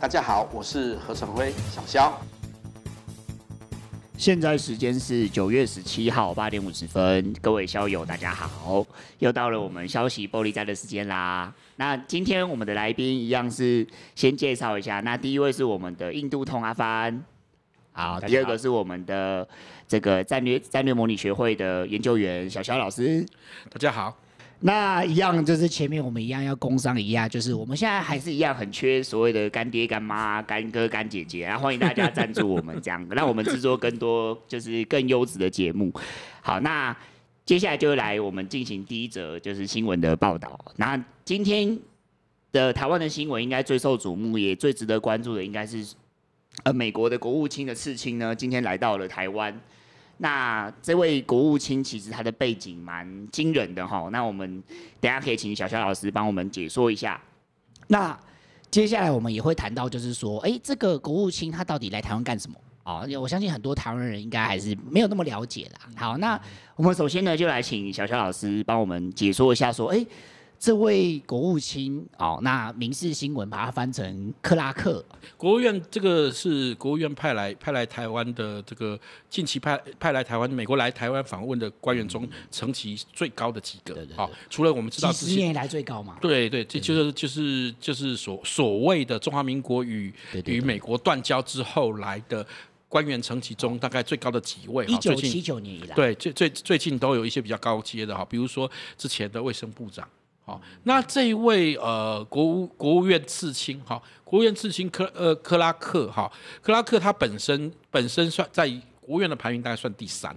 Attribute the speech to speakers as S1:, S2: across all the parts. S1: 大家好，我是何成辉，小肖。
S2: 现在时间是九月十七号八点五十分，各位校友大家好，又到了我们消息玻璃站的时间啦。那今天我们的来宾一样是先介绍一下，那第一位是我们的印度通阿帆，好，
S3: 大家好
S2: 第二个是我们的这个战略战略模拟学会的研究员小肖老师，
S3: 大家好，
S2: 那一样就是前面我们一样要工商一下，就是我们现在还是一样很缺所谓的干爹、干妈、干哥、干姐姐啊，欢迎大家赞助我们这样，让我们制作更多就是更优质的节目。 好，那接下来就来我们进行第一则就是新闻的报道。那今天的台湾的新闻应该最受瞩目，也最值得关注的应该是呃美国的国务卿的刺青呢，今天来到了台湾。那这位国务卿其实他的背景蛮惊人的哈，那我们等一下可以请小肖老师帮我们解说一下。
S4: 那接下来我们也会谈到，就是说，哎，这个国务卿他到底来台湾干什么？哦，因为我相信很多台湾人应该还是没有那么了解啦。
S2: 嗯
S4: 好，那
S2: 我们首先呢，就来请小肖老师帮我们解说一下，说，哎、
S4: 这位国务卿哦，那民事新闻把它翻成克拉克，
S3: 国务院这个是国务院派来派来台湾的这个近期派派来台湾美国来台湾访问的官员中层级最高的几个。好、除了我们知道
S4: 几
S3: 之
S4: 十
S3: 前。
S4: 年以来最高嘛。
S3: 对对，这就是就是就是所所谓的中华民国与
S4: 对对
S3: 与美国断交之后来的官员层级中，大概最高的几位。
S4: 一
S3: 哈
S4: 九
S3: 哦最近
S4: 七九年以来，
S3: 对，最最最近都有一些比较高阶的哈，比如说之前的卫生部长。好，那这一位呃国务国务院次卿哈，国务院次卿克呃克拉克哈，克拉克他本身本身算在国务院的排名大概算第三，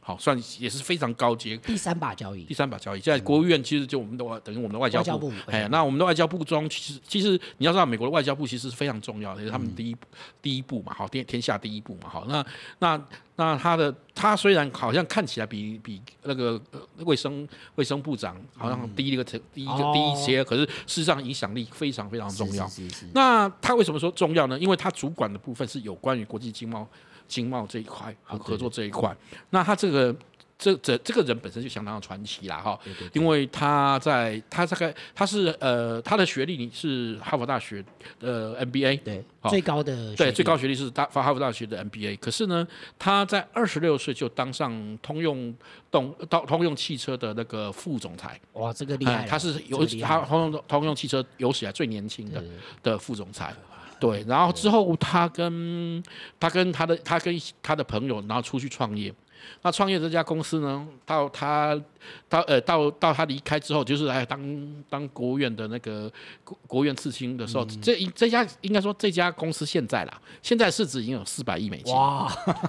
S3: 好算也是非常高阶。
S4: 第三把交椅
S3: 第，三把交椅，现在国务院其实就我们的外等于我们的外交
S4: 外交
S3: 部
S4: 部，
S3: 哎
S4: 对，
S3: 那我们的外交部中，其实其实你要知道，美国的外交部其实是非常重要的，也
S4: 嗯
S3: 是他们第一、第一步嘛，好，天天下第一步嘛，好，那那那他的他虽然好像看起来比比那个呃卫生卫生部长好像低一个层、第一个、
S4: 嗯哦
S3: 第一些，可是事实上影响力非常非常重要。
S4: 是是是是
S3: 那他为什么说重要呢？因为他主管的部分是有关于国际经贸、经贸这一块和合作这一块。那他这个这这这个人本身就相当的传奇啦，哈，因为他在他大概他是呃他的学历你是哈佛大学呃 MBA，
S4: 对
S3: 好
S4: 最高的学
S3: 对
S4: 历
S3: 最高学历是大哈佛大学的 MBA，可是呢，他在二十六岁就当上通用动到通用汽车的那个副总裁。
S4: 哇，这个厉
S3: 哎，
S4: 害了，
S3: 他是
S4: 这
S3: 有
S4: 个厉害
S3: 他
S4: 了
S3: 通用通用汽车有史以来最年轻的的副总裁。对，然后之后他跟他跟他的他跟他的朋友，然后出去创业。那创业这家公司呢，到他到呃到到他离开之后，就是来当当国务院的那个国国务院次卿的时
S4: 嗯
S3: 候，这这家应该说这家公司现在啦，现在市值已经有四百亿美金，
S4: 哇，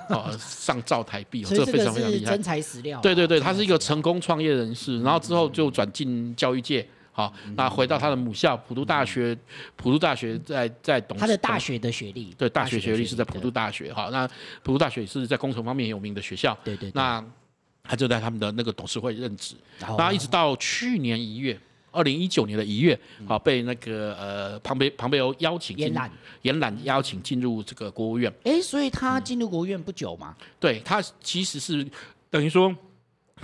S3: 哦，上兆台币，哦，
S4: 所
S3: 这
S4: 以
S3: 个
S4: 这
S3: 非常
S4: 个
S3: 非常
S4: 是
S3: 厉害
S4: 真。材实料啊，
S3: 对对对，
S4: 真材
S3: 他是一
S4: 实
S3: 个
S4: 料
S3: 成功创业人
S4: 嗯
S3: 士，然后之后就转进教育界，好，那回到他的母校普渡大学，普渡大学在在董
S4: 他的大
S3: 董
S4: 学的学历，
S3: 对大
S4: 学
S3: 学
S4: 的
S3: 学历是在普渡
S4: 对
S3: 大学，好，那普渡大学也是在工程方面有名的学校，
S4: 对对对
S3: 那他就在他们的那个董事会任职，
S4: 哦
S3: 那一直到去年一月。二零一九年的一月，好被那个呃庞培庞培欧邀请进
S4: 嗯延揽
S3: 延揽邀请进入这个国务院，
S4: 哎，所以他
S3: 嗯
S4: 进入国务院不久嘛，
S3: 对他其实是等于说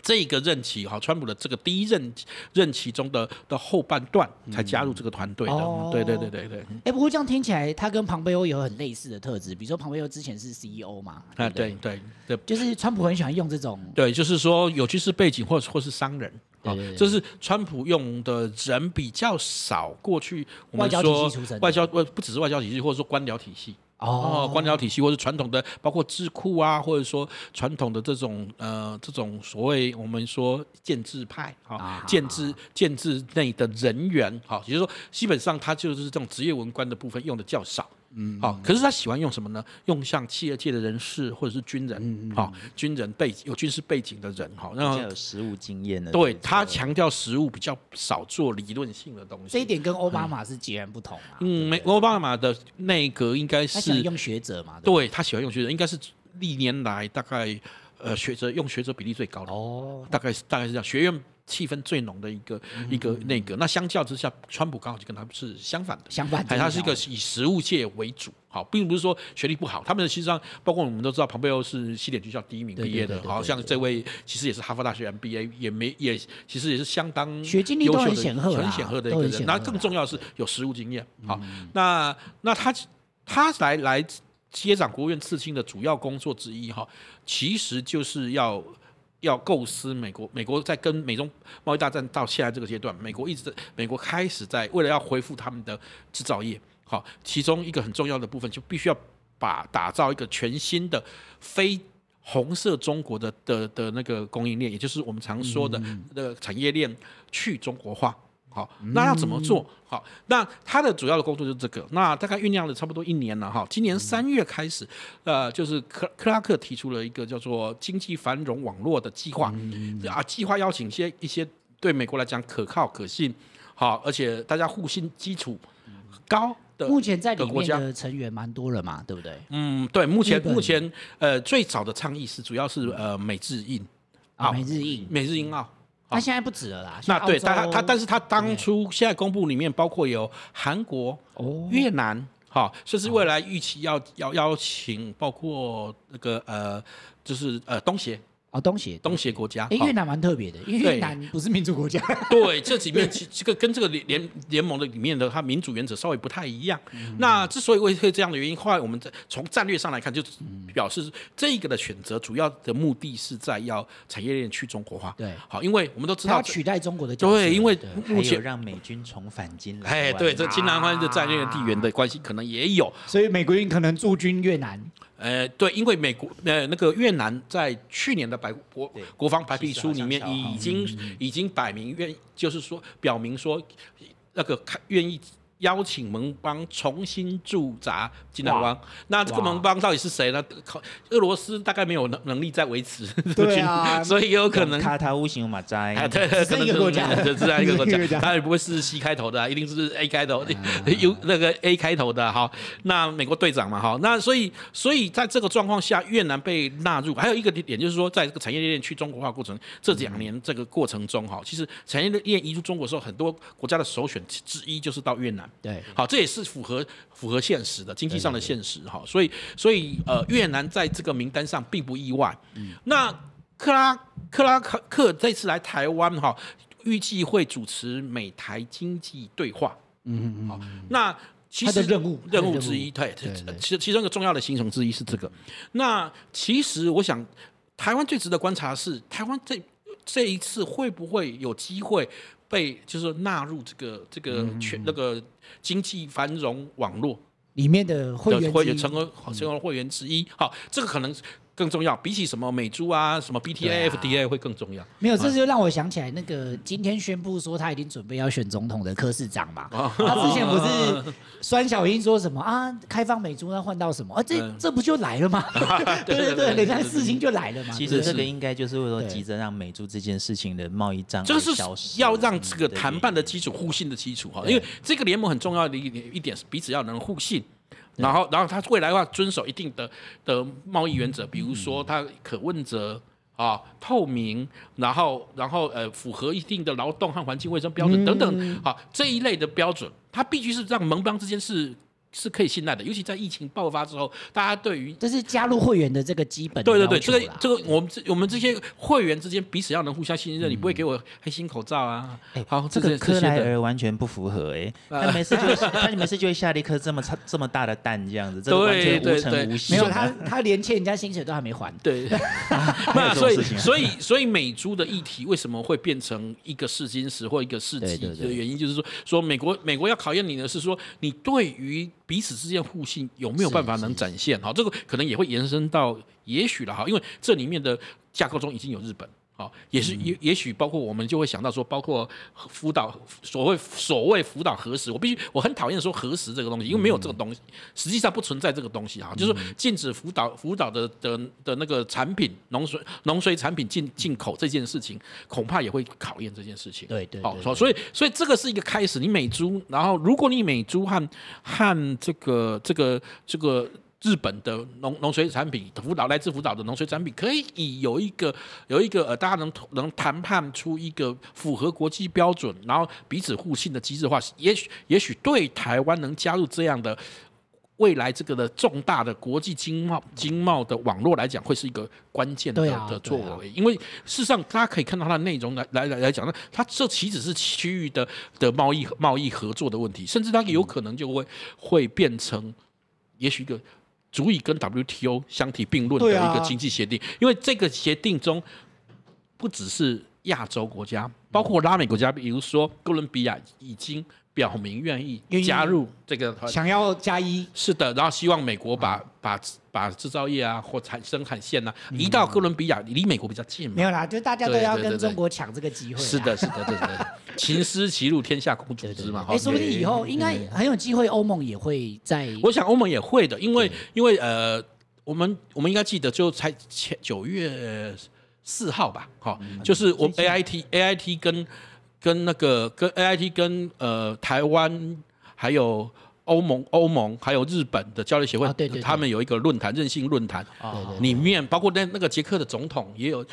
S3: 这个任期哈，川普的这个第一任任期中的的后半段才加入这个团队的，
S4: 哦
S3: 对对对对对，
S4: 哎、不过这样听起来，他跟庞贝欧有很类似的特质，比如说庞贝欧之前是 CEO 嘛，
S3: 啊
S4: 不
S3: 对对对
S4: 就是川普很喜欢用这种，
S3: 对，就是说有军事背景或或是商人。
S4: 对
S3: 啊
S4: 对，对
S3: 这是川普用的人比较少。过去我们
S4: 外交体
S3: 说
S4: 系出身的
S3: 外交呃不只是外交体系，或者说官僚体系
S4: 哦
S3: 官僚体系，或是传统的包括智库啊，或者说传统的这种呃这种所谓我们说建制派啊
S4: 啊，
S3: 建制建制内的人员，好，也就是说基本上他就是这种职业文官的部分用的较少。嗯，好、可是他喜欢用什么呢？用像企业界的人士或者是军
S4: 嗯
S3: 人，好、军人背景有军事背景的人，好、然
S5: 比
S3: 后
S5: 较有实务经验的。
S3: 对他强调实务比较少做理论性的东西。
S4: 这一，点跟奥巴马是截然不同啊。
S3: 嗯，美奥巴马的内阁应该
S4: 他喜欢
S3: 是
S4: 用学者嘛，对
S3: 对他喜欢用学者，应该是历年来大概呃学者用学者比例最
S4: 吧
S3: 高的，
S4: 哦，嗯
S3: 大概是大概是这样。学院气氛最浓的一个、一个那个。那相较之下，川普刚好就跟他是相反的。
S4: 相反，
S3: 哎，它是一个以实物界为主，好，并不是说学历不好，他们实际上包括我们都知道，庞贝欧是西点军校第一名
S4: 对
S3: 毕业的
S4: 对对，对
S3: 好
S4: 对
S3: 像这位其实也是哈佛大学 MBA，也没也其实也是相当
S4: 学经历都
S3: 优秀
S4: 很
S3: 的
S4: 显赫啦
S3: 很显赫的一
S4: 都
S3: 个
S4: 很
S3: 人
S4: 显。
S3: 那
S4: 赫
S3: 更
S4: 啦嗯
S3: 重要的是有实务经验。好，那那他他来来接掌国务院刺青的主要工作之一哈，其实就是要。要构思美国，美国在跟美中贸易大战到现在这个阶段，美国一直在美国开始在为了要恢复他们的制造业，好，其中一个很重要的部分就必须要把打造一个全新的非红色中国的的的那个供应链，也就是我们常说的
S4: 嗯
S3: 的产业链去中国化。好，那要怎么做？好，那他的主要的工作就是这个。那大概酝酿了差不多一年了哈。
S4: 嗯
S3: 今年三月开始，呃，就是克克拉克提出了一个叫做经济繁荣网络的计划，
S4: 嗯
S3: 啊，计划邀请一些一些对美国来讲可靠、可信，好，而且大家互信基础高的
S4: 目前在里
S3: 呃的国
S4: 面
S3: 家
S4: 的成员蛮多了嘛，对不对？
S3: 嗯，对，目前
S4: 日本
S3: 目前呃最早的倡议是主要是呃美日印
S4: 啊，
S3: 澳
S4: 美日印，
S3: 美日印澳。
S4: 他现在不止了啦。
S3: 那对，
S4: 像
S3: 但
S4: 澳洲
S3: 他他但是他当初现在公布里面包括有韩国、
S4: 哦
S3: 越南，哈、甚至未来预期要要邀请包括那个呃，就是呃东协
S4: 哦，东协，
S3: 东协国家，
S4: 哎，
S3: 哈
S4: 越南蛮特别的，因为
S3: 对
S4: 越南不是民主国家，
S3: 对，这里面其这个跟这个联联联盟的里面的它民主原则稍微不太一样。
S4: 嗯
S3: 那之所以会会这样的原因，后来我们在从战略上来看，就
S4: 嗯
S3: 表示这个的选择主要的目的是在要产业链去中国化。
S4: 对
S3: 好，因为我们 都知
S4: 他
S3: 道
S4: 要，取代中国的角色。
S3: 对，因为
S5: 还
S3: 目
S5: 有
S3: 前。
S5: 让美军重返金兰湾。啊
S3: 哎，对，这金兰湾的战略的地缘的关系可能也有，
S4: 所以美国人可能驻军越 南，
S3: 呃，对，因为美国呃那个越南在去年的白国
S5: 对
S3: 国防白皮书里面
S5: 其实好像是
S3: 已经已经摆明愿，就是说表明说那个开愿意。邀请盟邦重新驻扎金兰湾，那这个盟邦到底是谁呢？靠，俄罗斯大概没有能能力再维持
S4: 对啊
S3: 所以也有可能
S5: 卡塔乌行马斋，
S3: 啊，对，
S4: 只
S3: 可
S4: 剩
S3: 能
S4: 一个国家
S3: 就是只剩一个国
S4: 只剩一个国家
S3: 家，当然不会是 C 开头的啊，一定是 A 开头， 有那个 A 开头的啊哈。那美国队长嘛，哈，那所以所以在这个状况下，越南被纳入，还有一个点就是说，在这个产业链去中国化过程这两年这个过程中哈，其实产业链移入中国的时候，很多国家的首选之一就是到越南。
S4: 对，
S3: 好，这也是符合符合现实的经济上的现实哈，所以所以呃，越南在这个名单上并不意外。那克拉克拉克克这次来台湾哈，预计会主持美台经济对话。嗯嗯好，那其
S4: 他
S3: 实
S4: 的任务
S3: 任务之一，对，
S4: 对对嗯
S3: 其其中一个重要的行程之一是这个。那其实我想，台湾最值得观察的是，台湾这这一次会不会有机会被就是纳入这个这个
S4: 嗯
S3: 全、那个经济繁荣网络
S4: 里面的会
S3: 的
S4: 员
S3: 会
S4: 之一嗯
S3: 员成为成为会员之一？好，这个可能更重要，比起什么美珠啊、什么 BTA、
S4: 对啊
S3: FDA 会更重要。
S4: 没有，这就让我想起来那个今天宣布说他已经准备要选总统的柯市长嘛。他之前不 是酸小英说什么啊？开放美猪那换到什么？啊，这
S3: 嗯
S4: 这不就来了 吗？对对对，人家事情就来了
S3: 啊
S4: 嘛。
S5: 其
S4: 对
S5: 实
S4: 不对
S5: 这个应该就是为了
S4: 对
S5: 急着让美猪这件事情的贸易障
S3: 这
S5: 碍
S3: 个是
S5: 消失，嗯
S3: 要让这个
S5: 对
S3: 谈判的基础、互信的基础哈，因为这个联盟很重要的一点一点是彼此要能互信。然后，然后他未来的话遵守一定的的贸易原则，比如
S5: 嗯
S3: 说他可问责啊、透明，然后然后呃符合一定的劳动和环境卫生标准等等，
S5: 嗯
S3: 好、这一类的标准，它必须是让盟邦之间是是可以信赖的，尤其在疫情爆发之后，大家对于
S4: 这是加入会员的这个基本的
S3: 对
S4: 要
S3: 对
S4: 求
S3: 对，这个
S4: 啦
S3: 这个我们这我们这些会员之间彼此要能互相信任，你不会给我黑心口罩啊。
S5: 嗯哎
S3: 好，
S5: 这
S3: 些
S5: 个
S3: 这
S5: 克
S3: 些
S5: 莱
S3: 的啊
S5: 尔完全不符合哎，他没事就他没事就会下了一颗这么差这么大的蛋这样子，这个完
S3: 对
S5: 全无
S3: 对
S5: 成
S3: 对
S5: 无啊息。
S4: 没有他，他连欠人家薪水都还没还。
S3: 对，
S5: 有
S3: 那
S5: 这种
S3: 所以
S5: 事情啊
S3: 所以所以美猪的议题为什么会变成一个试金石或一个试
S4: 对
S3: 剂
S4: 对对
S3: 的原因，就是说说美国美国要考验你的是说你对于彼此之间互信有没有办法能展现好，这个可能也会延伸到也许了哈，因为这里面的架构中已经有日本。好，也是也也许包括我们就会想到说，包括辅导所谓所谓辅导核实，我必须我很讨厌说核实这个东西，因为没有这个东西，实际上不存在这个东西啊，就是说禁止辅导辅导的的的那个产品农水农水产品进进口这件事情，恐怕也会考验这件事情。
S4: 对对
S3: 好
S4: 对，
S3: 所所以所以这个是一个开始，你美猪，然后如果你美猪和和这个这个这个日本的农农水产品，福岛来自福岛的农水产品，可以以有一个有一个呃，大家能能谈判出一个符合国际标准，然后彼此互信的机制的话，也许也许对台湾能加入这样的未来这个的重大的国际经贸经贸的网络来讲，会是一个关键的、
S4: 对啊
S3: 的作
S4: 对
S3: 为
S4: 啊。
S3: 因为事实上大家可以看到它的内容来来来来讲，那它这岂止是区域的的贸易贸易合作的问题，甚至
S4: 嗯
S3: 它有可能就会会变成，也许一个。足以跟 WTO 相提并论的
S4: 对啊
S3: 一个经济协定，因为这个协定中不只是亚洲国家，包括拉美国家，比如说哥伦比亚已经表明愿意
S4: 愿意
S3: 加入这个团
S4: 想要加一，
S3: 是的，然后希望美国把、
S4: 嗯
S3: 把把制造业啊或产生产线啊移到哥伦比亚，离美国比较近
S4: 没
S3: 嘛。
S4: 有啦，就大家都
S3: 对
S4: 要
S3: 对对
S4: 跟
S3: 对
S4: 中国抢这个机会。啊
S3: 是的，，是的，对对 对，秦丝歧路天下共主之嘛。哈
S4: 哎，说不定以后应该很有机会，欧盟也会在
S3: 嗯我想欧盟也会的，因为因为呃，我们我们应该记得，就才前九月四号吧，好、
S4: 嗯
S3: 就是我 A I T A I T 跟跟那个跟 A I T 跟呃台湾还有。欧盟、欧盟还有日本的交流协会，
S4: 啊对对哦对
S3: 他们有一个论坛，韧性论坛，里面包括那那个捷克的总统也有，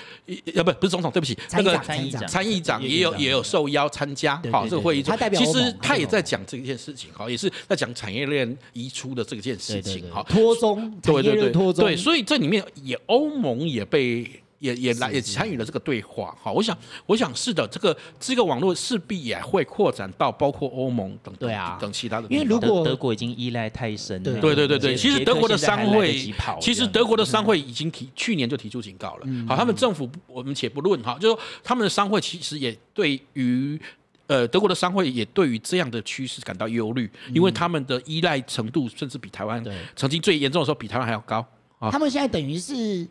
S3: 呃，不不是总统，对不起，那
S4: 参议长，参议
S3: 个
S4: 长
S5: 长
S3: 参议长也有
S5: 参议长
S3: 也有受邀参加
S4: 对，对
S3: 好
S4: 对
S3: 这个会议中
S4: 他代，表
S3: 其
S4: 欧
S3: 实
S4: 盟
S3: 他也在讲这件事情，好，也是在讲产业链移出的这件事
S4: 对对
S3: 情，
S4: 对
S3: 好，
S4: 脱中，
S3: 对
S4: 产业
S3: 对
S4: 链
S3: 对
S4: 脱中，
S3: 对，所以这里面也欧盟也被也也来也参与了这个对话，好，我想我想是的，这个这个网络势必也会扩展到包括欧盟等等
S4: 对啊
S3: 等其他的地方，
S4: 因为如
S5: 德
S4: 果
S5: 德国已经依赖太深了，
S3: 对对对对，
S5: 捷
S3: 其实德国的
S5: 捷克现在
S3: 商
S5: 还来
S3: 会
S5: 得及跑，
S3: 其实
S5: 这样嗯
S3: 德国的商会已经提去年就提出警告了。好，他们政府不我们且不论哈，就是说他们的商会其实也对于。呃，德国的商会也对于这样的趋势感到忧虑，因
S5: 嗯
S3: 为他们的依赖程度甚至比台湾
S4: 对
S3: 曾经最严重的时候比台湾还要高。啊
S4: 他们现在等于是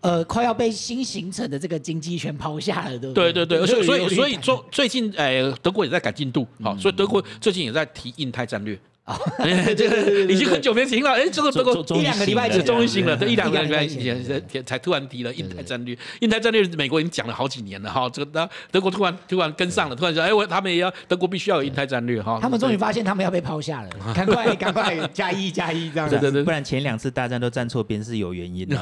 S4: 呃快要被新形成的这个经济圈抛下了，对不
S3: 对
S4: 对
S3: 对对，所以所
S4: 有
S3: 以
S4: 点
S3: 所以最最近呃，德国也在赶进度，好，所以德
S5: 嗯
S3: 国最近也在提印太战略。
S5: 哦
S3: 哎这个已经很久没停了，哎，这个德国
S5: 终终
S4: 一两个礼拜
S5: 终于醒
S4: 前
S5: 了
S3: 终于醒了，这一两个
S4: 一
S3: 礼
S4: 两
S3: 拜
S4: 个礼拜
S3: 前才才突然提了印太战略，印太战略美国已经讲了好几年了哈，这个德德国突然突然跟上了，突然说哎我他们也要德国必须要有印太战略哈，
S4: 他们终于发现他们要被抛下了，赶快赶快加一加一这样
S3: 对
S4: 子。
S3: 对对
S5: 啊不然前两次大战都站错边是有原 因的。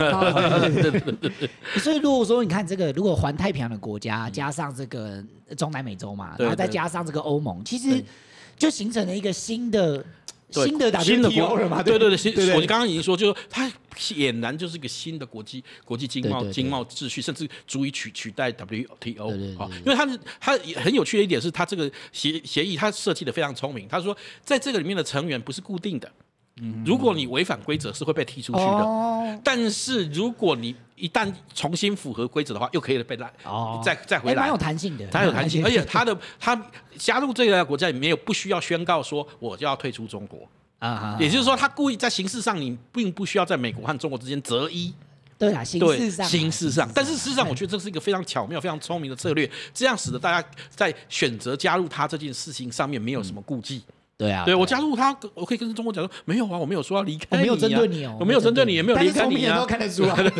S4: 所以如果说你看这个，如果环太平洋的国家加上这个中南美洲嘛，
S3: 对
S4: 然后再
S3: 对
S4: 加上这个欧盟，其实
S3: 对
S4: 就形成了一个新的
S3: 对
S4: 新的
S3: 新的
S4: WTO
S3: 国
S4: 了嘛，
S3: 对
S4: 对
S3: 对，新
S4: 不对
S3: 我刚刚已经说，就是它显然就是一个新的国际国际经贸
S4: 对对对
S3: 经贸秩序，甚至足以取取代 WTO
S4: 对对
S3: 啊、因为它是它也很有趣的一点是，它这个协协议它设计的非常聪明，他说在这个里面的成员不是固定的，
S4: 嗯
S3: 如果你违反规则是会被踢出去的。
S4: 哦，
S3: 但是如果你一旦重新符合规则的话，又可以被拉，
S4: 哦
S3: 再再回
S4: 哎
S3: 来，
S4: 蛮有弹性的，
S3: 它 有弹性，而
S4: 蛮
S3: 且它的它加入这个国家里面，有不需要宣告说我就要退出中国，
S4: 啊啊，啊
S3: 也就是说，他故意在形式上，你并不需要在美国和中国之间择一。
S4: 对啦，形
S3: 对，
S4: 式上啊
S3: 形式上，但是事实上，我觉得这是一个非常巧妙、非常聪明的策略，这样使得大家在选择加入他这件事情上面没有什么顾忌。
S4: 对啊，
S3: 对我加入他，我可以跟中国讲说，没有啊，我没有说要离开
S4: 我
S3: 你、啊，
S4: 没有针对你哦，
S3: 我没有针对你，也没有
S4: 但
S3: 离
S4: 是
S3: 开
S4: 聪
S3: 你
S4: 明人
S3: 啊
S4: 都。看得出 来，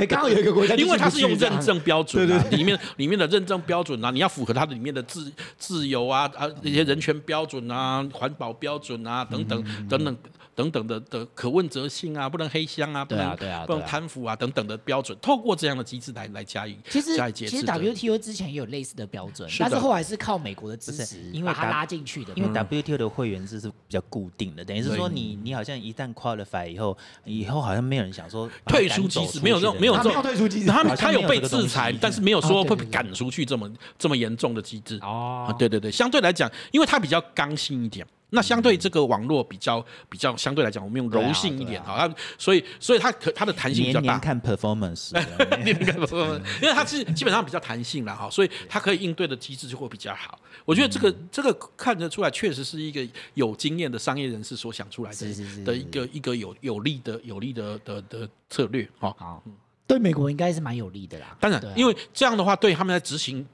S4: 哎刚好有一个国家就进不去这样，
S3: 因为它是用认证标准、啊，里面里面的认证标准啊，你要符合它的里面的自自由啊啊一些人权标准啊、环保标准啊等
S4: 嗯
S3: 等等等等等的的可问责性啊，不能黑箱啊，不
S4: 对啊
S3: 能
S4: 对啊
S3: 不能
S4: 对啊
S3: 贪腐啊等等的标准，透过这样的机制来来加以
S4: 其实
S3: 加以节
S4: 其实
S3: 制的。
S4: WTO 之前也有类似的标准，
S3: 是的
S4: 但是后来是靠美国的支
S5: 不
S4: 持
S5: 是因为
S4: 把它
S5: 打
S4: 拉进去的嘛，
S5: 因为 WTO 的会员制是比较固定的，等于是说
S3: 嗯对
S5: 你你好像一旦 qualify 以后，以后好像没有人想说把
S3: 退
S5: 它
S3: 出
S5: 赶
S3: 机
S5: 走
S3: 制
S5: 出
S3: 没有
S5: 去
S3: 这种
S5: 的
S3: 没有这
S4: 他
S3: 种
S4: 没有退出机制
S3: 他
S5: 好像
S3: 他
S5: 没
S3: 有
S5: 有
S3: 被
S5: 这个
S3: 制
S5: 东
S3: 裁
S5: 西，
S3: 但是没有
S4: 哦
S3: 说
S4: 对
S3: 会
S4: 对对
S3: 赶出去这么这么严重的机制。啊
S4: 哦，，
S3: 对对对，相对来讲，因为它比较刚性一点。那相对这个网络比较比较相对来讲，我们用柔性一点
S4: 嗯对啊
S3: 好，它所以所以它可它的弹性比较
S5: 年
S3: 大
S5: 年， 看 performance 这样。
S3: 你们看不不不 因为它是基本上比较弹性了哈，所以它可以应对的机制就会比较好。我觉得这个
S4: 嗯
S3: 这个看得出来，确实是一个有经验的商业人士所想出来的
S4: 是是是
S3: 的一个一个有有利的有利的的的策略哈。
S4: 好，对美国应该是蛮有利的啦。
S3: 当然
S4: 对啊，
S3: 因为这样的话，对他们在执行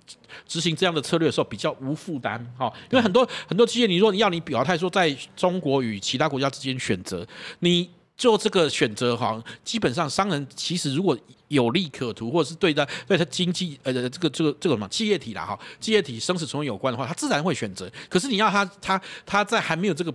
S3: 执行这样的策略的时候比较无负担哈、因为很多很多企业，你如果要你表态说在中国与其他国家之间选择，你做这个选择哈、基本上商人其实如果有利可图，或者是对他对他经济呃这个这个这个什么企业体啦哈、企业体生死存亡有关的话，他自然会选择。可是你要他他他在还没有这个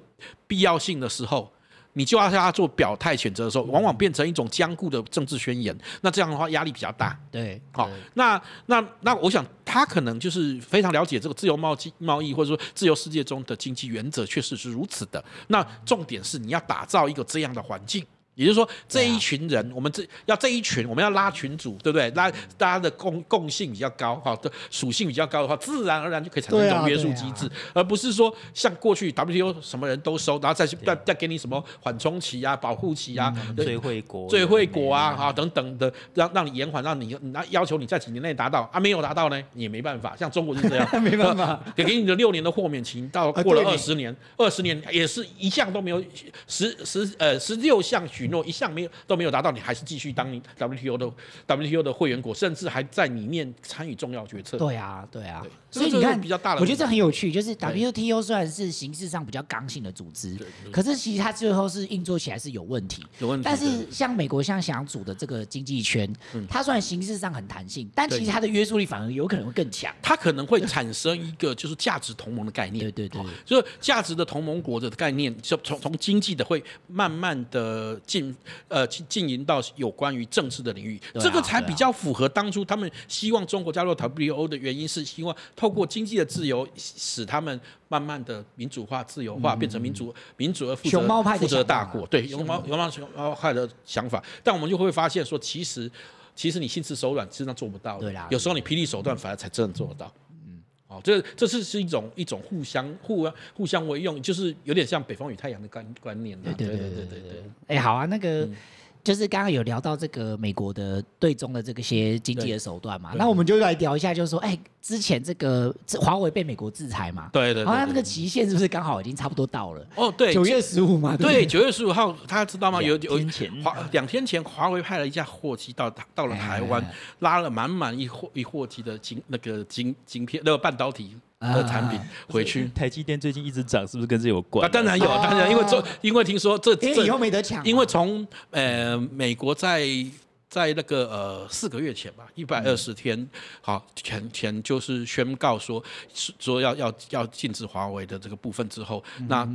S3: 必要性的时候。你就要让他做表态谴责的时候，往往变成一种僵固的政治宣言。那这样的话压力比较大。
S4: 对，
S3: 好、那那那，我想他可能就是非常了解这个自由贸易贸易或者说自由世界中的经济原则，确实是如此的。那重点是你要打造一个这样的环境。也就是说，这
S4: 啊
S3: 一群人，我们这要这一群，我们要拉群组，对不对？拉大家的共共性比较高，哈，的属性比较高的话，自然而然就可以产生一
S4: 对
S3: 种
S4: 啊
S3: 约束
S4: 对啊
S3: 机制，而不是说像过去 WTO 什么人都收，然后再去
S4: 啊
S3: 再再给你什么缓冲期啊、保护期啊，
S4: 嗯
S3: 对
S5: 最会国，
S3: 最惠国啊，哈、等等的，让让你延缓，让你那要求你在几年内达到啊，没有达到呢，你也没办法。像中国就是 这样，没办法，给给你的六年的豁免期，到过了
S4: 啊对
S3: 二十年，二十年也是一项都没有，十十呃十六项许诺一项没有都没有达到，你还是继续当你 WTO 的 WTO 的会员国，甚至还在里面参与重要决策。
S4: 对啊，对啊
S3: 对，
S4: 所以
S3: 这
S4: 你
S3: 个
S4: 看
S3: 比较大的
S4: 我觉得
S3: 问题
S4: 这很有趣，就是
S3: 对
S4: WTO 虽然是形式上比较刚性的组织，
S3: 嗯
S4: 可是其实它最后是运作起来是有问题。
S3: 有问题
S4: 但
S3: 嗯对嗯
S4: 是像美国像想组的这个经济圈，它虽然形式上很弹性，但
S3: 对
S4: 其实它的约束力反而有可能会更强。
S3: 它可能会产生一个就是价值同盟的概念。
S4: 对对对
S3: 哦就是价值的同盟国的概念，就从从经济的会慢慢的进呃进进营到有关于政治的领域，
S4: 对啊
S3: 这个才
S4: 对啊
S3: 比较符合当初他们希望中国加入 WTO 的原因，是希望透过经济的自由，使他们慢慢的民主化、自由化，变成民主民主而负责
S4: 嗯熊猫派的
S3: 负责
S4: 想法
S3: 大国，对熊猫熊猫熊猫派的想法，但我们就会发现说，其实。其实你心慈手软，实际上做不到的。
S4: 对啦
S3: 有时候你霹雳手段反而才真的做得到。哦，这这是是一种一种互相互互相为用，就是有点像北方与太阳的观观念、啊。
S4: 对
S3: 对
S4: 对
S3: 对
S4: 对
S3: 对对。
S4: 哎，好啊，那个。
S3: 嗯
S4: 就是刚刚有聊到这个美国的对中的这个些经济的手段嘛，那我们就来聊一下，就是说，哎，之前这个这华为被美国制裁嘛，
S3: 对对对
S4: 好像
S3: 对
S4: 那个期限是不是刚好已经差不多到了？
S3: 哦，对，
S4: 九月十五嘛，不
S3: 对，九月十五号，大家知道吗？有有
S5: 天前
S3: 华两天前，华为派了一架货机到台到了台湾，
S4: 哎
S3: 拉了满满一货一货机的晶那个晶晶片那个半导体的产
S4: 啊
S3: 品回去。
S5: 台积电最近一直涨，是不是跟这有关？
S3: 啊，当然有，当然，因为这因为听说这
S4: 因
S3: 这
S4: 哎为以后没得抢，啊
S3: 因为从呃美国在在那个呃四个月前吧，一百二十
S4: 嗯
S3: 天，好前前就是宣告说是说要要要禁止华为的这个部分之后，那。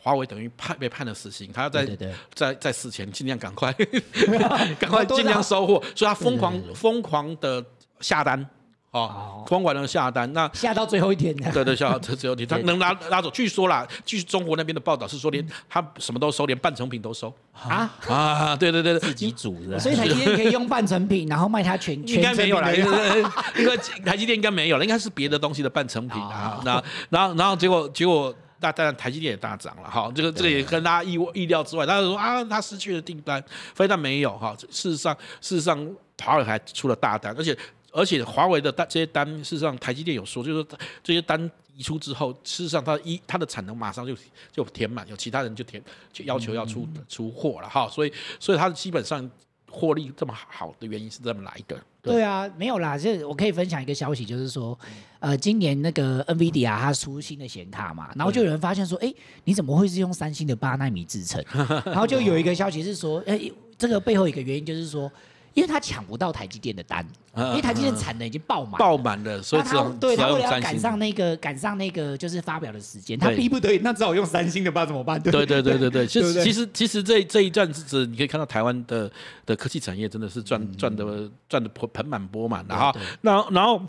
S3: 华为等于判被判了死刑，他要在
S4: 嗯对对对
S3: 在在死前尽量 赶快赶快尽量收获，所以他疯狂疯狂的下单，哦，疯狂的下单。那
S4: 下到最后一天的。
S3: 对对，像这只有你，他能拉拉走。据说啦，据中国那边的报道是说，连
S4: 嗯
S3: 他什么都收，连半成品都收
S4: 啊
S3: 啊！对对对对，
S5: 机主
S3: 啊
S5: 的，
S4: 所以台积电可以用半成品，然后卖它全
S3: 应
S4: 全
S3: 该
S4: 成
S3: 没有啦，
S4: 品
S3: 应
S4: 的
S3: 该应该台积电应该没有了，应该是别的东西的半成品啊。那然后然后结果结果。那当然，台积电也大涨了哈，这个这个也跟大家意外意料之外。大家说啊，他失去了订单，非但没有哈，事实上事实上华为还出了大单，而且而且华为的单这些单，事实上台积电有说，就是说这些单移出之后，事实上它一它的产能马上就就填满，有其他人就填就要求要出、出货了哈，所以所以它基本上获利这么好的原因是这么来的。
S4: 对啊，没有啦，就是我可以分享一个消息，就是说，呃，今年那个 NVIDIA 它出新的显卡嘛，然后就有人发现说，哎，你怎么会是用三星的八纳米制程？然后就有一个消息是说，哎，这个背后一个原因就是说，因为它抢不到台积电的单，因为台积电产能已经爆满了，
S3: 爆满了，所以
S4: 那
S3: 只
S4: 他
S3: 能
S4: 对
S3: 只
S4: 他
S3: 能
S4: 为了
S3: 用
S4: 要
S3: 三
S4: 赶
S3: 星。
S4: 上那个赶上那个就是发表的时间，他
S3: 对
S4: 逼不得已，那只好用三星的吧，怎么办？对不
S3: 对对对对 对，其
S4: 对不
S3: 实
S4: 对
S3: 其实其实这这一阵子，你可以看到台湾的的科技产业真的是赚赚的赚的盆盆满钵满的哈。然后然后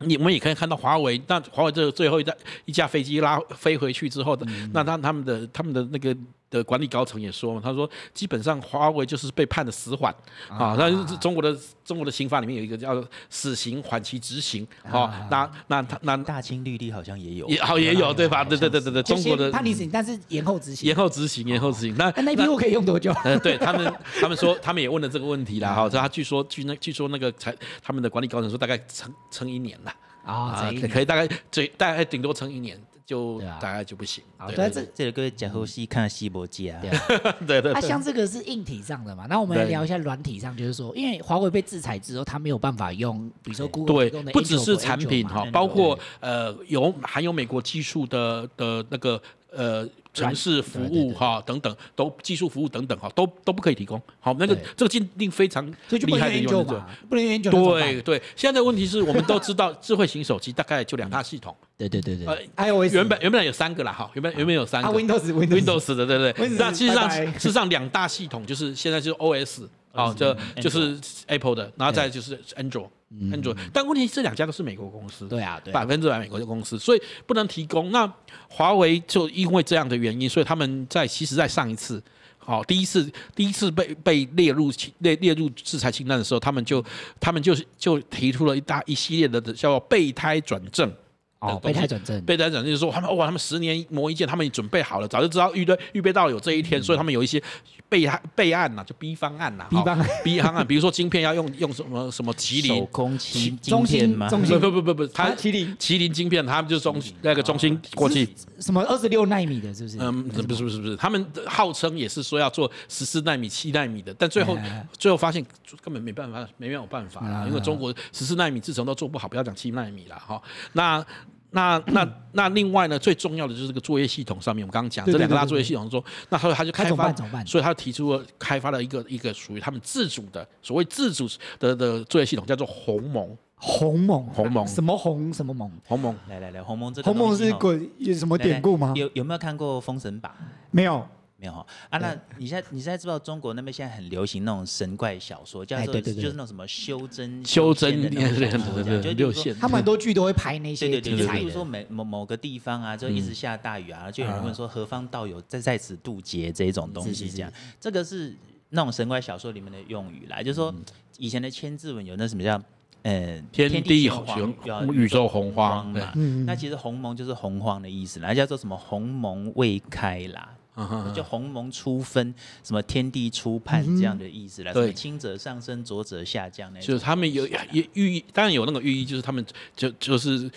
S3: 你我们也可以看到华为，那华为这最后一架一架飞机拉飞回去之后的，那他他们的他们的那个。的管理高层也说嘛，他说基本上华为就是被判的死缓啊，那就是中国的中国的刑法里面有一个叫死刑缓期执行啊，那那他那
S5: 大清律例好像也有，
S3: 也啊好也有对吧？对对对对对，
S4: 就
S3: 中
S4: 先
S3: 国的
S4: 判你死刑，但是延后执行
S3: 延。后执行，延后执行。哦那
S4: 那那一批我可以用多久？
S3: 呃，对他们，他们说他们也问了这个问题啦，哈、所以他据说据那据说那个才他们的管理高层说大概撑撑一年啦，
S4: 啊，这一
S3: 可可以大概最大概顶多撑一年，就、
S4: 对啊
S3: 大概就不行。
S4: 好，
S3: 对
S4: 对啊
S5: 这
S4: 这
S5: 这里各位假后戏看西伯记啊
S4: 对，
S3: 对 对
S4: 啊，
S3: 对，
S4: 像这个是硬体上的嘛，那我们来
S3: 对
S4: 聊一下软体上，就是说，因为华为被制裁之后，它没有办法用，比如说 Google
S3: 哎对
S4: 提供的，
S3: 不只
S4: Android
S3: 是
S4: 或 Android
S3: 产品
S4: 嘛
S3: 哈，包括呃有含有美国技术的的那个呃城市服
S4: 对
S3: 务
S4: 对
S3: 哈等等，都技术服务等等哈，都都不可以提供。好，那个
S4: 对
S3: 这个禁令非常
S4: 所以就
S3: 厉
S4: 不
S3: 害
S4: 能
S3: 的
S4: 研
S3: 用
S4: 究
S3: 这
S4: 嘛，不能研究那怎么办
S3: 对对，现在的问题是我们都知道智慧型手机大概就两大系统，
S4: 对对对对
S3: 呃
S4: ，iOS
S3: 原本原本有三个啦哈，原本原本有三
S4: 啊
S3: 个
S4: Windows Windows
S3: Windows 的对对
S4: Windows，
S3: 对，那事实上
S4: 拜拜
S3: 事实上两大系统就是现在就是 OS 啊，这
S4: 嗯
S3: 就是 Apple 的，然后再就是 Android。Android，但问题是这两家都是美国公司，
S4: 对啊对啊
S3: 百分之百美国的公司，所以不能提供。那华为就因为这样的原因，所以他们在其实，在上一次，好、第一次第一次被被列入清列列入制裁清单的时候，他们就他们就是就提出了一大一系列的叫做备胎转正。
S4: 哦，备胎转正，
S3: 备胎转正就是说他们哇，他们十年磨一剑，他们也准备好了，早就知道预备预备到有这一天，所以他们有一些备案备案呐、就 B 方案呐、
S4: B
S3: 好
S4: 方案
S3: B 方案，比如说晶片要用用什么什么麒麟
S5: 手，工
S3: 麒
S5: 晶晶
S4: 中
S5: 片
S4: 芯
S5: 吗？
S4: 中芯
S3: 不不不不不，它
S4: 啊麒麟
S3: 麒麟晶片，他们就是中那个中芯国际，
S4: 什么二十六纳米的，是不是？
S3: 嗯，不是不是不是，他们号称也是说要做十四纳米、七纳米的，但最后最后发现根本没办法，没有办法啦，因为中国十四纳米制程都做不好，不要讲七纳米了哈。那那 那那另外呢，最重要的就是这个作业系统上面，我们刚刚讲
S4: 对对
S3: 这两个大
S4: 对对
S3: 作业系统中，那后来他就开
S4: 那怎么
S3: 发
S4: 办怎么，办
S3: 所以他提出了开发了一个一个属于他们自主的所谓自主的的作业系统，叫做鸿蒙。
S4: 鸿蒙，啊
S3: 鸿蒙
S4: 什么红什么蒙？
S3: 鸿蒙
S5: 来来来，鸿蒙这个
S4: 鸿蒙
S5: 东西
S4: 是
S5: 哦
S4: 鬼有什么
S5: 来来
S4: 典故吗？
S5: 有有没有看过《封神榜》？
S4: 没有，
S5: 没有哈啊，那你现在你现在知道中国那边现在很流行那种神怪小说，叫
S4: 哎
S5: 做
S4: 对对对
S5: 就是那种什么修真
S3: 修真
S5: 仙的那
S3: 对
S5: 种小说
S3: 对
S5: 这样，
S3: 对
S5: 就
S3: 六
S5: 比如说
S3: 线，
S4: 他们很多剧都会拍那
S5: 对
S4: 些
S5: 对对，
S4: 题
S5: 就
S4: 材
S5: 比如说
S4: 的。
S5: 某某某个地方啊，就一
S3: 嗯
S5: 直下大雨啊，就有人问说何方道友在在此渡劫这一种东西，这样这个是那种神怪小说里面的用语啦，就是说以前的千字文有那什么叫呃
S3: 嗯天地
S5: 洪
S3: 洪
S5: 啊
S3: 宇宙洪荒对
S4: 嗯
S5: 嘛，那其实鸿蒙就是洪荒的意思啦，叫做什么鸿蒙未开啦。
S3: 啊
S5: 就鸿蒙初分，什么天地初判这样的意思啦，
S3: 嗯
S5: 什
S3: 对
S5: 么轻者上升，浊者下降那种
S3: 就是他们有
S5: 东西啦
S3: 也寓意，当然有那个寓意，就是他们就就是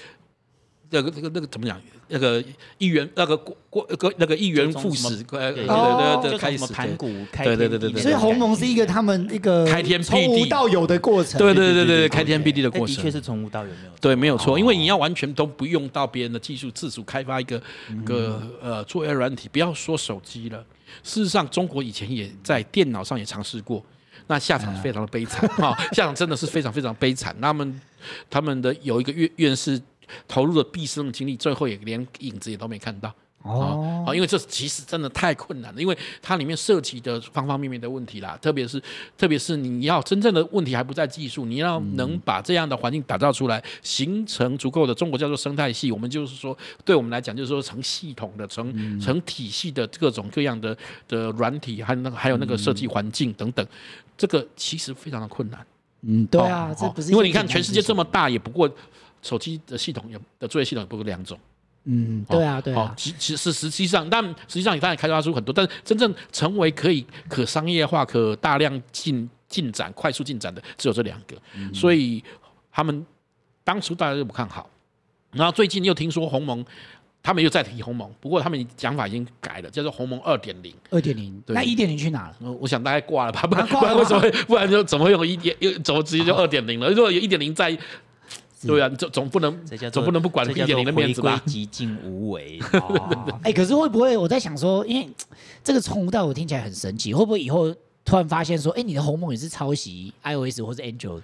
S3: 那个那个那个怎么讲？那个一元那个过过那个那个一元复始，呃，对对
S5: 哦
S3: 对对，
S5: 就
S3: 开
S5: 从什么
S3: 始
S5: 盘古开
S3: 对对对
S5: 天
S3: 对对，
S5: 地那
S4: 所以
S5: 种
S4: 鸿蒙
S5: 感
S4: 是
S5: 觉
S4: 一个他们一个
S3: 开天辟
S4: 从无
S3: 地
S4: 到有的过程。
S3: 对对对对对，开天辟地的
S5: 但
S3: 过
S5: 的确
S3: 程。
S5: 是从无到有没有错。
S3: 对，没有错，因为你要完全都不用到别人的技术，自主开发一个一个呃作业软体，不要说手机了。事实上，中国以前也在电脑上也尝试过，那下场非常的悲惨哈、下场真的是非常非常悲惨。那他们他们的有一个院院士投入了毕生的精力，最后也连影子也都没看到。哦，啊因为这其实真的太困难了，因为它里面涉及的方方面面的问题啦，特别是特别是你要真正的问题还不在技术，你要
S4: 嗯
S3: 能把这样的环境打造出来，形成足够的中国叫做生态系，我们就是说，对我们来讲就是说成系统的、成、
S4: 嗯
S3: 成体系的各种各样的的软体，还有那个还有那个设计环境等等，这个其实非常的困难。
S4: 嗯，对啊
S3: 哦，
S4: 这
S3: 哦
S4: 不是一
S3: 因
S4: 个
S3: 为你看
S4: 简单
S3: 全世界
S4: 技术
S3: 这么大，也不过手机的系统也的作业系统也不过两种。
S4: 嗯，对啊，对
S3: 哦
S4: 啊，，
S3: 其其实实际上，但实际上你当然开发出很多，但是真正成为可以可商业化、可大量进进展、快速进展的，只有这两个。
S5: 嗯
S3: 所以他们当初大家都不看好，然后最近又听说鸿蒙，他们又在提鸿蒙，不过他们讲法已经改了，叫做鸿蒙二点零。
S4: 二点零，
S3: 对
S4: 那一点零去哪了？
S3: 呃我想大概挂了吧，不然、
S4: 啊挂
S3: 不然
S4: 了
S3: 为什么会不然就怎么会有一点又怎么直接就二点零了？如果有一点零在，对啊，你总总不能
S5: 这叫做
S3: 总不能不管一
S5: 这叫
S3: 点
S5: 做
S3: 零的面子吧
S5: 回？归极尽无为。
S4: 哦，哎，可是会不会我在想说，因为这个从无到有听起来很神奇，会不会以后突然发现说，哎，你的鸿蒙也是抄袭 iOS 或者 Android？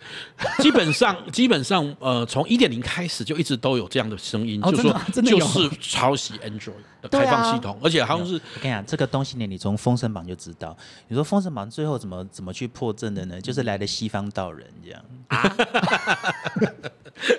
S3: 基本上，基本上，呃，从一点零开始就一直都有这样的声音，
S4: 哦
S3: 就
S4: 真的
S3: 说
S4: 吗真的有啊
S3: 就是抄袭 Android 的开放系统，而且好像是
S5: 我跟你讲，这个东西呢，你从《封神榜》就知道。你说《封神榜》最后怎么怎么去破阵的
S3: 嗯
S5: 呢？就是来了西方道人这样，
S3: 啊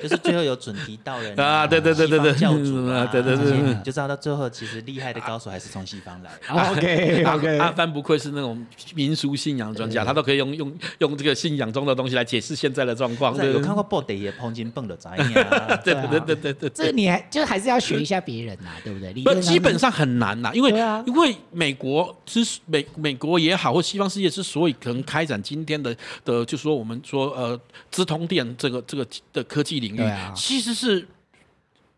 S5: 就是最后有准提道人
S3: 啊对对对对对
S5: 西方教主啊，
S3: 嗯对对对
S5: 这些
S3: 对
S5: 你就知道到最后，其实厉害的高手还是从西方来的。
S3: 啊
S4: 哦 OK
S3: 阿
S4: OK，
S3: 阿啊帆不愧是那种民俗信仰专家，他都可以用用用这个信仰中的东西来解释现在的状况。
S5: 不是啊有
S3: 对？
S5: 看过《爆地也碰金蹦的杂音啊
S3: 对对对对对
S4: 这个你还就还是要学一下别人 呐，对不对？理
S3: 不，
S4: 论上
S3: 基本上很难呐，因为、
S4: 对啊
S3: 因为美国之美美国也好，或西方世界之所以可能开展今天的的，就说我们说呃，资通电这个这个的科技领域，
S4: 对啊
S3: 其实是。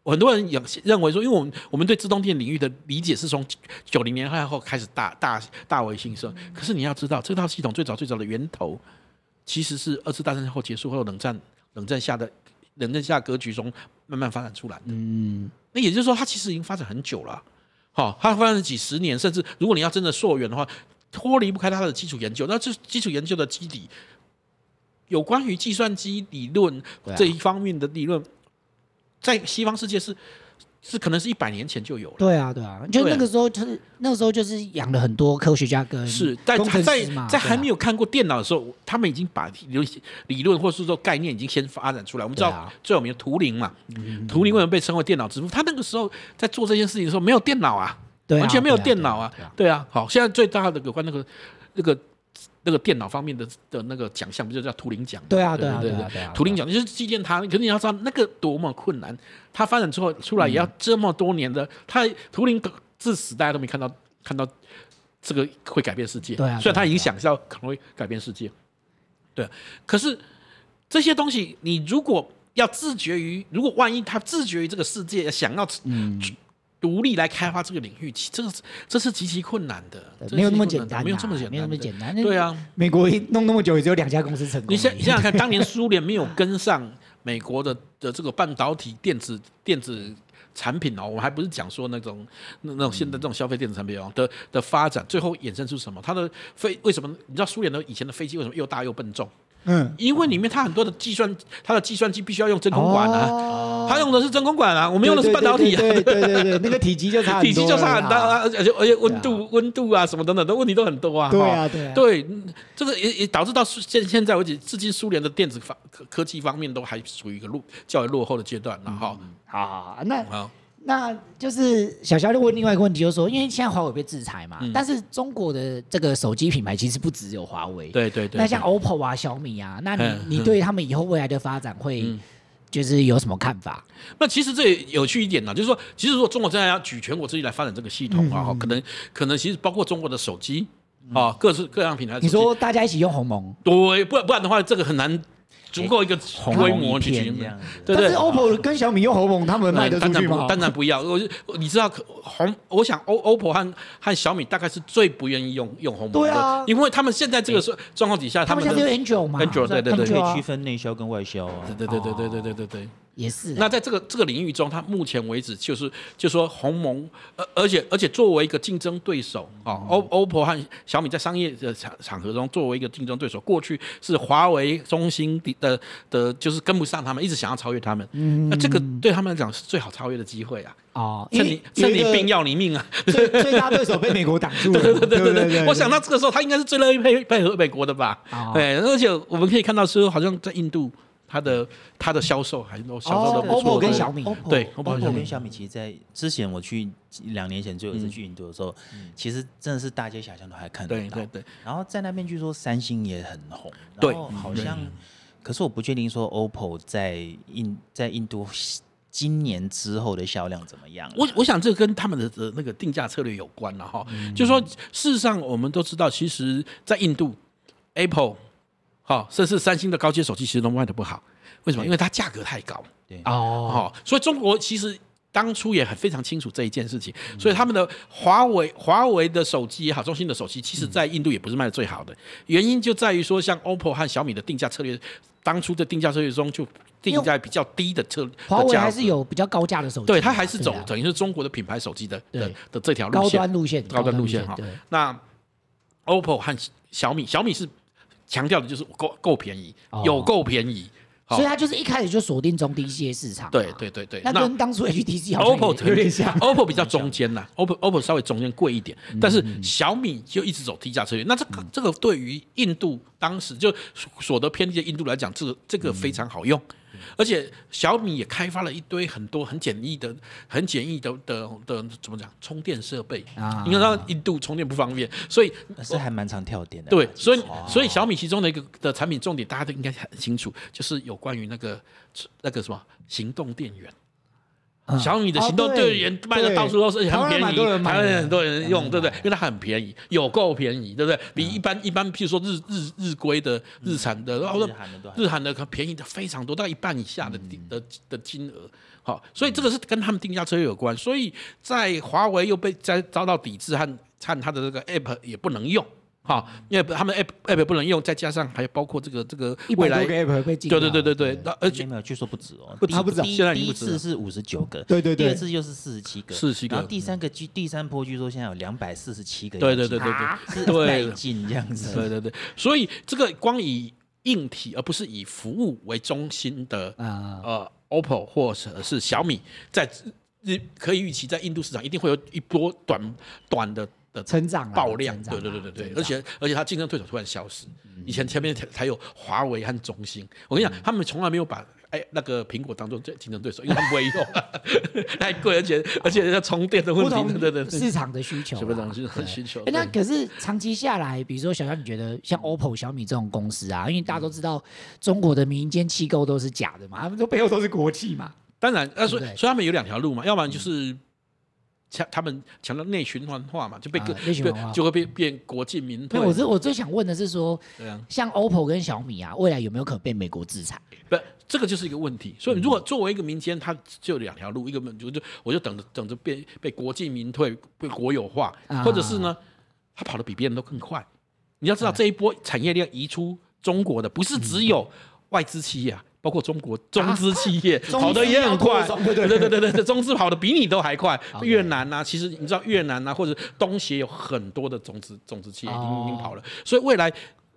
S3: 很多人也认为说，因为我们我们对自动电领域的理解是从九零年代后开始大大大为兴盛。
S4: 嗯
S3: 可是你要知道，这套系统最早最早的源头其实是二次大战后结束后冷战冷战下的冷战下格局中慢慢发展出来的。嗯，那也就是说，它其实已经发展很久了。好、它发展几十年，甚至如果你要真的溯源的话，脱离不开它的基础研究。那这基础研究的基底，有关于计算机理论
S2: 对啊
S3: 这一方面的理论，在西方世界是是可能是一百年前就有了。
S4: 对啊，对啊，就
S3: 对啊
S4: 那个时候，就是那个时候就是养了很多科学家跟
S3: 是，但
S4: 嗯工程
S3: 在
S4: 师嘛，
S3: 在
S4: 对啊
S3: 还没有看过电脑的时候，他们已经把理理论或是说概念已经先发展出来。我们知
S4: 对
S3: 道
S4: 啊嗯
S3: 最有名的图灵嘛，图灵为什么被称为电脑之父？他那个时候在做这件事情的时候没有电脑啊，
S4: 对啊
S3: 完全没有
S4: 对啊
S3: 电脑啊
S4: 对啊，
S3: 对啊。好，现在最大的有关那个那个那个电脑方面的的那个奖项，不就叫图灵奖吗？
S4: 对啊，对啊，
S3: 对
S4: 对
S3: 对
S4: 啊，对啊，
S3: 图灵奖就是纪念他，可是你要知道那个多么困难，他发展之后出来也要这么多年的，他图灵至死大家都没看到看到这个会改变世界，
S4: 对啊对啊
S3: 虽然他已经想象可能会改变世界，对啊，可是这些东西你如果要自觉于，如果万一他自觉于这个世界想要
S4: 嗯
S3: 独立来开发这个领域，其这个是这是极其困难的，
S4: 对
S3: 这是
S4: 没有那么
S3: 极其困
S4: 简
S3: 难的
S4: 单啊，
S3: 没有这么简单，
S4: 没有那么简单。那
S3: 对啊，
S4: 美国一弄那么久，也只有两家公司成功而已。
S3: 你想你想想看，当年苏联没有跟上美国的的这个半导体电子电子产品哦，我们还不是讲说那种那那种现
S4: 嗯
S3: 在这种消费电子产品哦的的发展，最后衍生出什么？它的飞为什么你知道苏联的以前的飞机为什么又大又笨重？
S4: 嗯，
S3: 因为里面它很多的计算，它的计算机必须要用真空管啊，
S4: 哦
S3: 它用的是真空管啊，我们用的是半导体啊。
S4: 对对对对对对，那个体积就差很
S3: 体积就
S4: 多
S3: 差
S4: 了
S3: 很大
S4: 啦
S3: 啊，而且而且温度、温度啊什么等等的问题都很多啊。
S4: 对
S3: 哈
S4: 啊对啊
S3: 对，嗯这个也也导致到苏现现在为止，至今苏联的电子方科科技方面都还属于一个落较为落后的阶段了哈。
S4: 嗯
S2: 好好好，
S4: 那
S3: 好，
S4: 那就是小肖就问另外一个问题，就是说，因为现在华为被制裁嘛，
S3: 嗯
S4: 但是中国的这个手机品牌其实不只有华为，
S3: 对对对。
S4: 那像 OPPO 啊、小米啊，那
S3: 嗯
S4: 你你对他们以后未来的发展会就是有什么看法？
S3: 那其实这也有趣一点呢，就是说，其实如果中国真的要举全国之力来发展这个系统
S4: 嗯
S3: 啊，哈可能可能其实包括中国的手机啊，各式各样品牌的手
S4: 你
S3: 机。
S4: 说大家一起用鸿蒙，
S3: 对，不然不然的话，这个很难足够一个
S4: 哎
S3: 规模去
S5: 片
S3: 去
S5: 这样子
S3: 对对
S4: 但是 OPPO 跟小米用鸿蒙，他们卖得出
S3: 当然
S4: 去
S3: 不
S4: 吗？
S3: 当然不要，我就你知道可红，我想 O OPPO 和和小米大概是最不愿意用用红蒙的，
S4: 对啊
S3: 因为他们现在这个状状况底下，
S4: 他们现
S3: 的
S4: 在只有 Android 嘛
S3: Android，对对
S5: 他
S3: 对
S5: 们
S4: 对
S5: 可
S4: 对啊
S5: 以区分内销跟外销啊。
S3: 对对对对对对对对。
S4: 也是啊，
S3: 那在这个这个领域中，它目前为止就是就说鸿蒙，而而且而且作为一个竞争对手啊、
S4: 嗯
S3: 哦、，O OPPO 和小米在商业的场场合中作为一个竞争对手，过去是华为、中兴的的的，就是跟不上他们，一直想要超越他们。嗯，那这个对他们来讲是最好超越的机会啊，
S4: 哦，因
S3: 趁
S4: 为
S3: 你趁你
S4: 有一个
S3: 病要你命啊！
S4: 最最大对手被美国挡住了，对对
S3: 对
S4: 对
S3: 对对，我想到这个时候，他应该是最乐意配配合美国的吧？
S4: 哦
S3: 对，而且我们可以看到说，好像在印度，它的它的销售还是都销售的不错。
S4: 哦 OPPO 跟
S3: 对
S4: 小米
S3: 对 OPPO 跟小
S5: 哦，OPPO
S3: 米
S5: 跟小米其实，在之前我去两年前就有一次去印度的时候，
S4: 嗯
S5: 其实真的是大街小巷都还看得
S3: 对
S5: 到。
S3: 对对。
S5: 然后在那边据说三星也很红，
S3: 对
S5: 然后好像，
S4: 嗯
S5: 可是我不确定说 OPPO 在印在印度今年之后的销量怎么样啊。
S3: 我我想这跟他们的的那个定价策略有关了哈。
S4: 嗯
S3: 就是说，事实上我们都知道，其实在印度，Apple，哈，甚至三星的高阶手机其实都卖的不好。为什么？因为它价格太高。
S4: 哦，
S3: 哦，所以中国其实当初也很非常清楚这一件事情，所以他们的华为华为的手机也好，中兴的手机，其实在印度也不是卖的最好的，原因就在于说，像 OPPO 和小米的定价策略，当初的定价策略中就定在比较低的策，
S4: 华
S3: 的
S4: 为
S3: 价格
S4: 还是。有比较高价的手机嘛，
S3: 对，它还是走
S4: 对啊
S3: 等于是中国的品牌手机的的
S4: 对
S3: 的这条路
S4: 高
S3: 线，
S4: 端路线，
S3: 高端路线哈
S4: 对，。
S3: 那 OPPO 和小米，小米是强调的就是够够便宜，
S4: 哦
S3: 有够便宜。好
S4: 所以它就是一开始就锁定中低阶市场嘛，
S3: 对对对对，
S4: 那跟当初 HTC 好像
S3: 哦 OPPO
S4: 也有点像，
S3: ，OPPO 比较中间啦，OPPO OPPO 稍微中间贵一点，但是
S4: 嗯
S3: 小米就一直走低价策略。那这个这个对于印度当时就所得偏低的印度来讲，这个这个非常好用，
S4: 嗯
S3: 而且小米也开发了一堆很多很简易的、很简易的的的怎么讲充电设备
S4: 啊
S3: 因为它印度充电不方便，所以
S5: 是还蛮常跳点的。
S3: 对，所以
S5: 其实
S4: 哦
S3: 所以小米其中的一个的产品重点，大家都应该很清楚，就是有关于那个那个什么行动电源。
S4: 嗯
S3: 小米的行动
S4: 哦
S3: 电
S4: 对
S3: 源卖的到处都是，而且
S4: 台
S3: 很
S4: 湾
S3: 便宜，
S4: 蛮多人买
S3: 台
S4: 的嗯
S3: 湾很多人用，对不对？因为它很便宜，有够便宜，对不对？比一般一般，譬如说日日日规的、日产
S4: 嗯
S3: 的，然后
S5: 日韩的都还
S3: 日韩的可便宜的非常多，大概一半以下的金的的金额。好，所以这个是跟他们定价策略有关，所以在华为又被在遭到抵制和和它的这个 App 也不能用。哈，因为他们 app app 不能用，再加上还包括这个这个
S4: 一百
S3: 未
S4: 多
S3: 来，
S4: 个
S3: 对
S4: app 被禁掉啊
S3: 对
S4: 了，
S3: 对对对，那而
S5: 没
S3: 且
S5: 有没有，据说不止哦，
S3: 不止
S5: 第一
S4: 他不止哦
S5: 第一
S3: 现在已经
S5: 第一
S3: 不止
S5: 次
S3: 了
S5: 是五十九个，
S4: 对对对
S5: 第二次又是四十七个，
S3: 47个
S5: 然后第三个据第三波据说现在有两百四十七个，
S3: 对对对对对
S5: 是
S3: 对
S5: 带进这样子，
S3: 对对对，所以这个光以硬体而不是以服务为中心的
S4: 啊，
S3: 呃 OPPO 或者是小米，在日可以预期在印度市场一定会有一波短短的的
S4: 成长啦
S3: 爆量
S4: 成，长
S3: 对
S4: 啦
S3: 对对对对，
S4: 成长嗯
S3: 而且而且它竞争对手突然消失，以前前面才才有华为和中兴，我跟你讲，他们从来没有把。哎，那个苹果当做最竞争对手，因为他们不会用， 太贵，而且而且要充电的问
S4: 不
S3: 题，对对对
S4: 同
S3: 对，
S4: 市场的需求啊啦，
S3: 什么东西需求？
S4: 哎，那
S3: 对
S4: 可是长期下来，比如说小小，你觉得像 OPPO、小米这种公司啊，因为大家都知道中国的民间机构都是假的嘛，他们都背后都是国企嘛，
S3: 当然，呃，所以
S4: 对不对嗯
S3: 所以他们有两条路嘛，要不然就是强他们强调内循环化嘛，就被
S4: 啊
S3: 各
S4: 内循环
S3: 对
S4: 化
S3: 就会变变国进民退
S4: 那。我是我最想问的是说，
S3: 对啊，
S4: 像 OPPO 跟小米啊，未来有没有可能被美国制裁？
S3: 不，这个就是一个问题。所以如果作为一个民间，它就有两条路，一个就就我就等着等着被被国进民退，被国有化，
S4: 啊
S3: 或者是呢，它跑得比别人都更快。你要知道，这一波产业链移出中国的，不是只有外资企业啊。包括中国中资企业、
S4: 嗯啊资
S3: 跑得也很快
S4: 要，多中
S3: 对对对对对，中资跑得比你都还快。越南呐、其实你知道越南啊呐、或者东协有很多的中资中资企业已经已
S4: 哦
S3: 经跑了，所以未来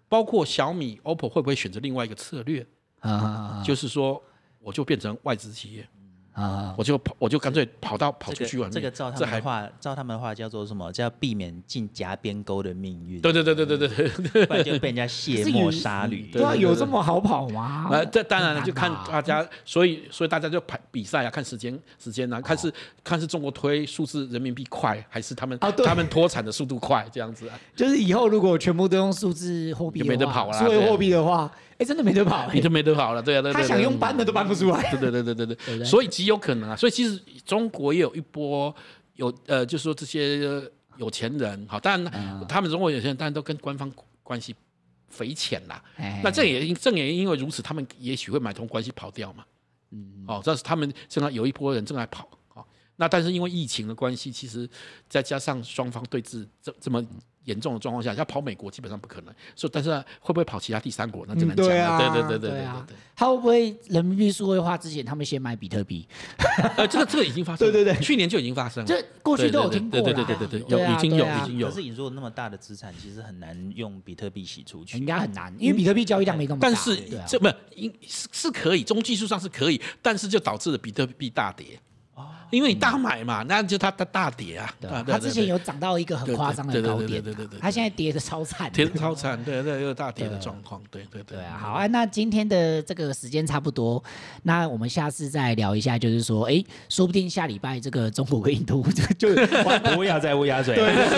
S3: 包括小米、OPPO 会不会选择另外一个策略？
S4: 啊
S3: 就是说，我就变成外资企业，
S4: 啊，
S3: 我就跑，我就干脆跑到跑出去
S5: 这
S3: 外面。
S5: 个这个照他
S3: 这
S5: 们的
S3: 还
S5: 话，照他们的话叫做什么？叫避免进夹边沟的命运，
S3: 对对对对对对对。
S5: 不然就被人家
S4: 可
S5: 卸
S4: 是
S5: 磨
S4: 有
S5: 杀驴。
S4: 对啊，有这么好跑吗？
S3: 呃，这当然了，就看
S4: 很难吧
S3: 大家，所以所以大家就排比赛啊，看时间时间啊，看是看是中国推数字人民币快，还是他们
S4: 啊对
S3: 他们脱产的速度快这样子啊？
S4: 就是以后如果全部都用数字货币的
S3: 就
S4: 话，
S3: 没得跑啦
S4: 数
S3: 对
S4: 位
S3: 啊
S4: 货币的话，哎，真的没得跑
S3: 你
S4: 欸。
S3: 就没得好了，对啊，对对
S4: 他
S3: 对
S4: 想用搬的都搬不出来。
S3: 对对对对对对，
S4: 对
S3: 所以极有可能啊，所以其实中国也有一波有呃，就是说这些有钱人，好，当然他们中国有钱人，当然都跟官方关系匪浅啦。
S4: 哎
S3: 那这也因正也因为如此，他们也许会买通关系跑掉嘛。嗯，哦，但是他们正在有一波人正在跑，哦，那但是因为疫情的关系，其实再加上双方对峙这这么严重的状况下，要跑美国基本上不可能。所以，但是会不会跑其他第三国，那就
S4: 嗯
S3: 难讲了。
S4: 对啊
S3: 对对对对
S4: 对
S3: 对
S4: 啊
S3: 对。
S4: 他会不会人民币数位化之前，他们先买比特币？
S3: 呃，这个这个已经发生了，
S4: 对对对
S3: 去年就已经发生了，
S4: 这过去都有听过啦
S3: 对对对对对对，
S4: 对
S3: 有
S4: 啊
S3: 已经有
S4: 对啊
S3: 已经有
S5: 可，是你如果那么大的资产，其实很难用比特币洗出去
S4: 应。该很难，因为比特币交易量没那么大。
S3: 但是
S4: 对啊
S3: 这不应是是可以，从技术上是可以，但是就导致了比特币大跌。因为你大买嘛，那就它它大跌啊！
S4: 哦对
S3: 啊
S4: 啊，
S3: 对
S4: 它
S3: 对
S4: 之前
S3: 对
S4: 有涨到一个很夸张的高
S3: 对对对
S4: 点
S3: 对对对对对
S4: 啊，它现在跌的超惨的。
S3: 跌得 超惨，对对，又大跌的状况，对对对。
S4: 对啊，好啊，那今天的这个时间差不多，那我们下次再聊一下，就是说，哎，说不定下礼拜这个中国跟印度 就就
S5: 不要再乌鸦嘴。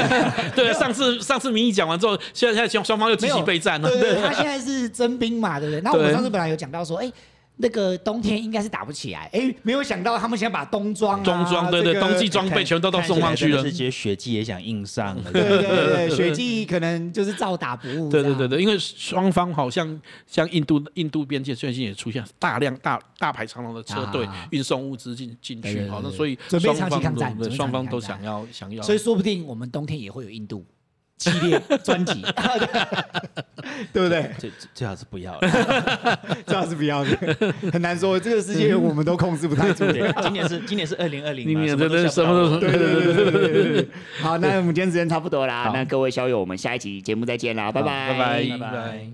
S3: 对，上次上次民意讲完之后，现在现在双双方又积极备战了，
S4: 对 对，他现在是征兵嘛，对不对？那我
S3: 对
S4: 们上次本来有讲到说，哎。那个冬天应该是打不起来，哎，没有想到他们现在把冬装、啊、
S3: 冬装对对，
S4: 这个
S3: 冬季装备全都都送上去了
S5: 是。觉得血迹也想硬上 了。
S4: 对 对对，雪季可能就是照打不误。
S3: 对对对，对，因为双方好像像印度印度边界最近也出现大量大大排长龙的车队
S4: 啊
S3: 运送物资进进
S4: 对
S3: 去，
S4: 对
S3: 好，
S4: 对
S3: 那所以
S4: 准备长
S3: 双
S4: 期
S3: 方
S4: 抗战
S3: 对
S4: 准备长
S3: 双方
S4: 期
S3: 都
S4: 抗战
S3: 想要想要，
S4: 所以说不定我们冬天也会有印度系列专 辑， 对不对？
S5: 最最好是不要了。
S4: 这样是不要的，很难说。这个世界我们都控制不太住。
S5: 对，今年是今年是二零二零，
S3: 你你
S5: 么
S3: 对对
S5: 都
S3: 什
S5: 想不到
S3: 么都对对对对对对，
S4: 好，那我们今天时间差不多啦
S2: 好，，那各位校友，我们下一期节目再见啦，拜拜
S3: 拜拜
S5: 拜拜。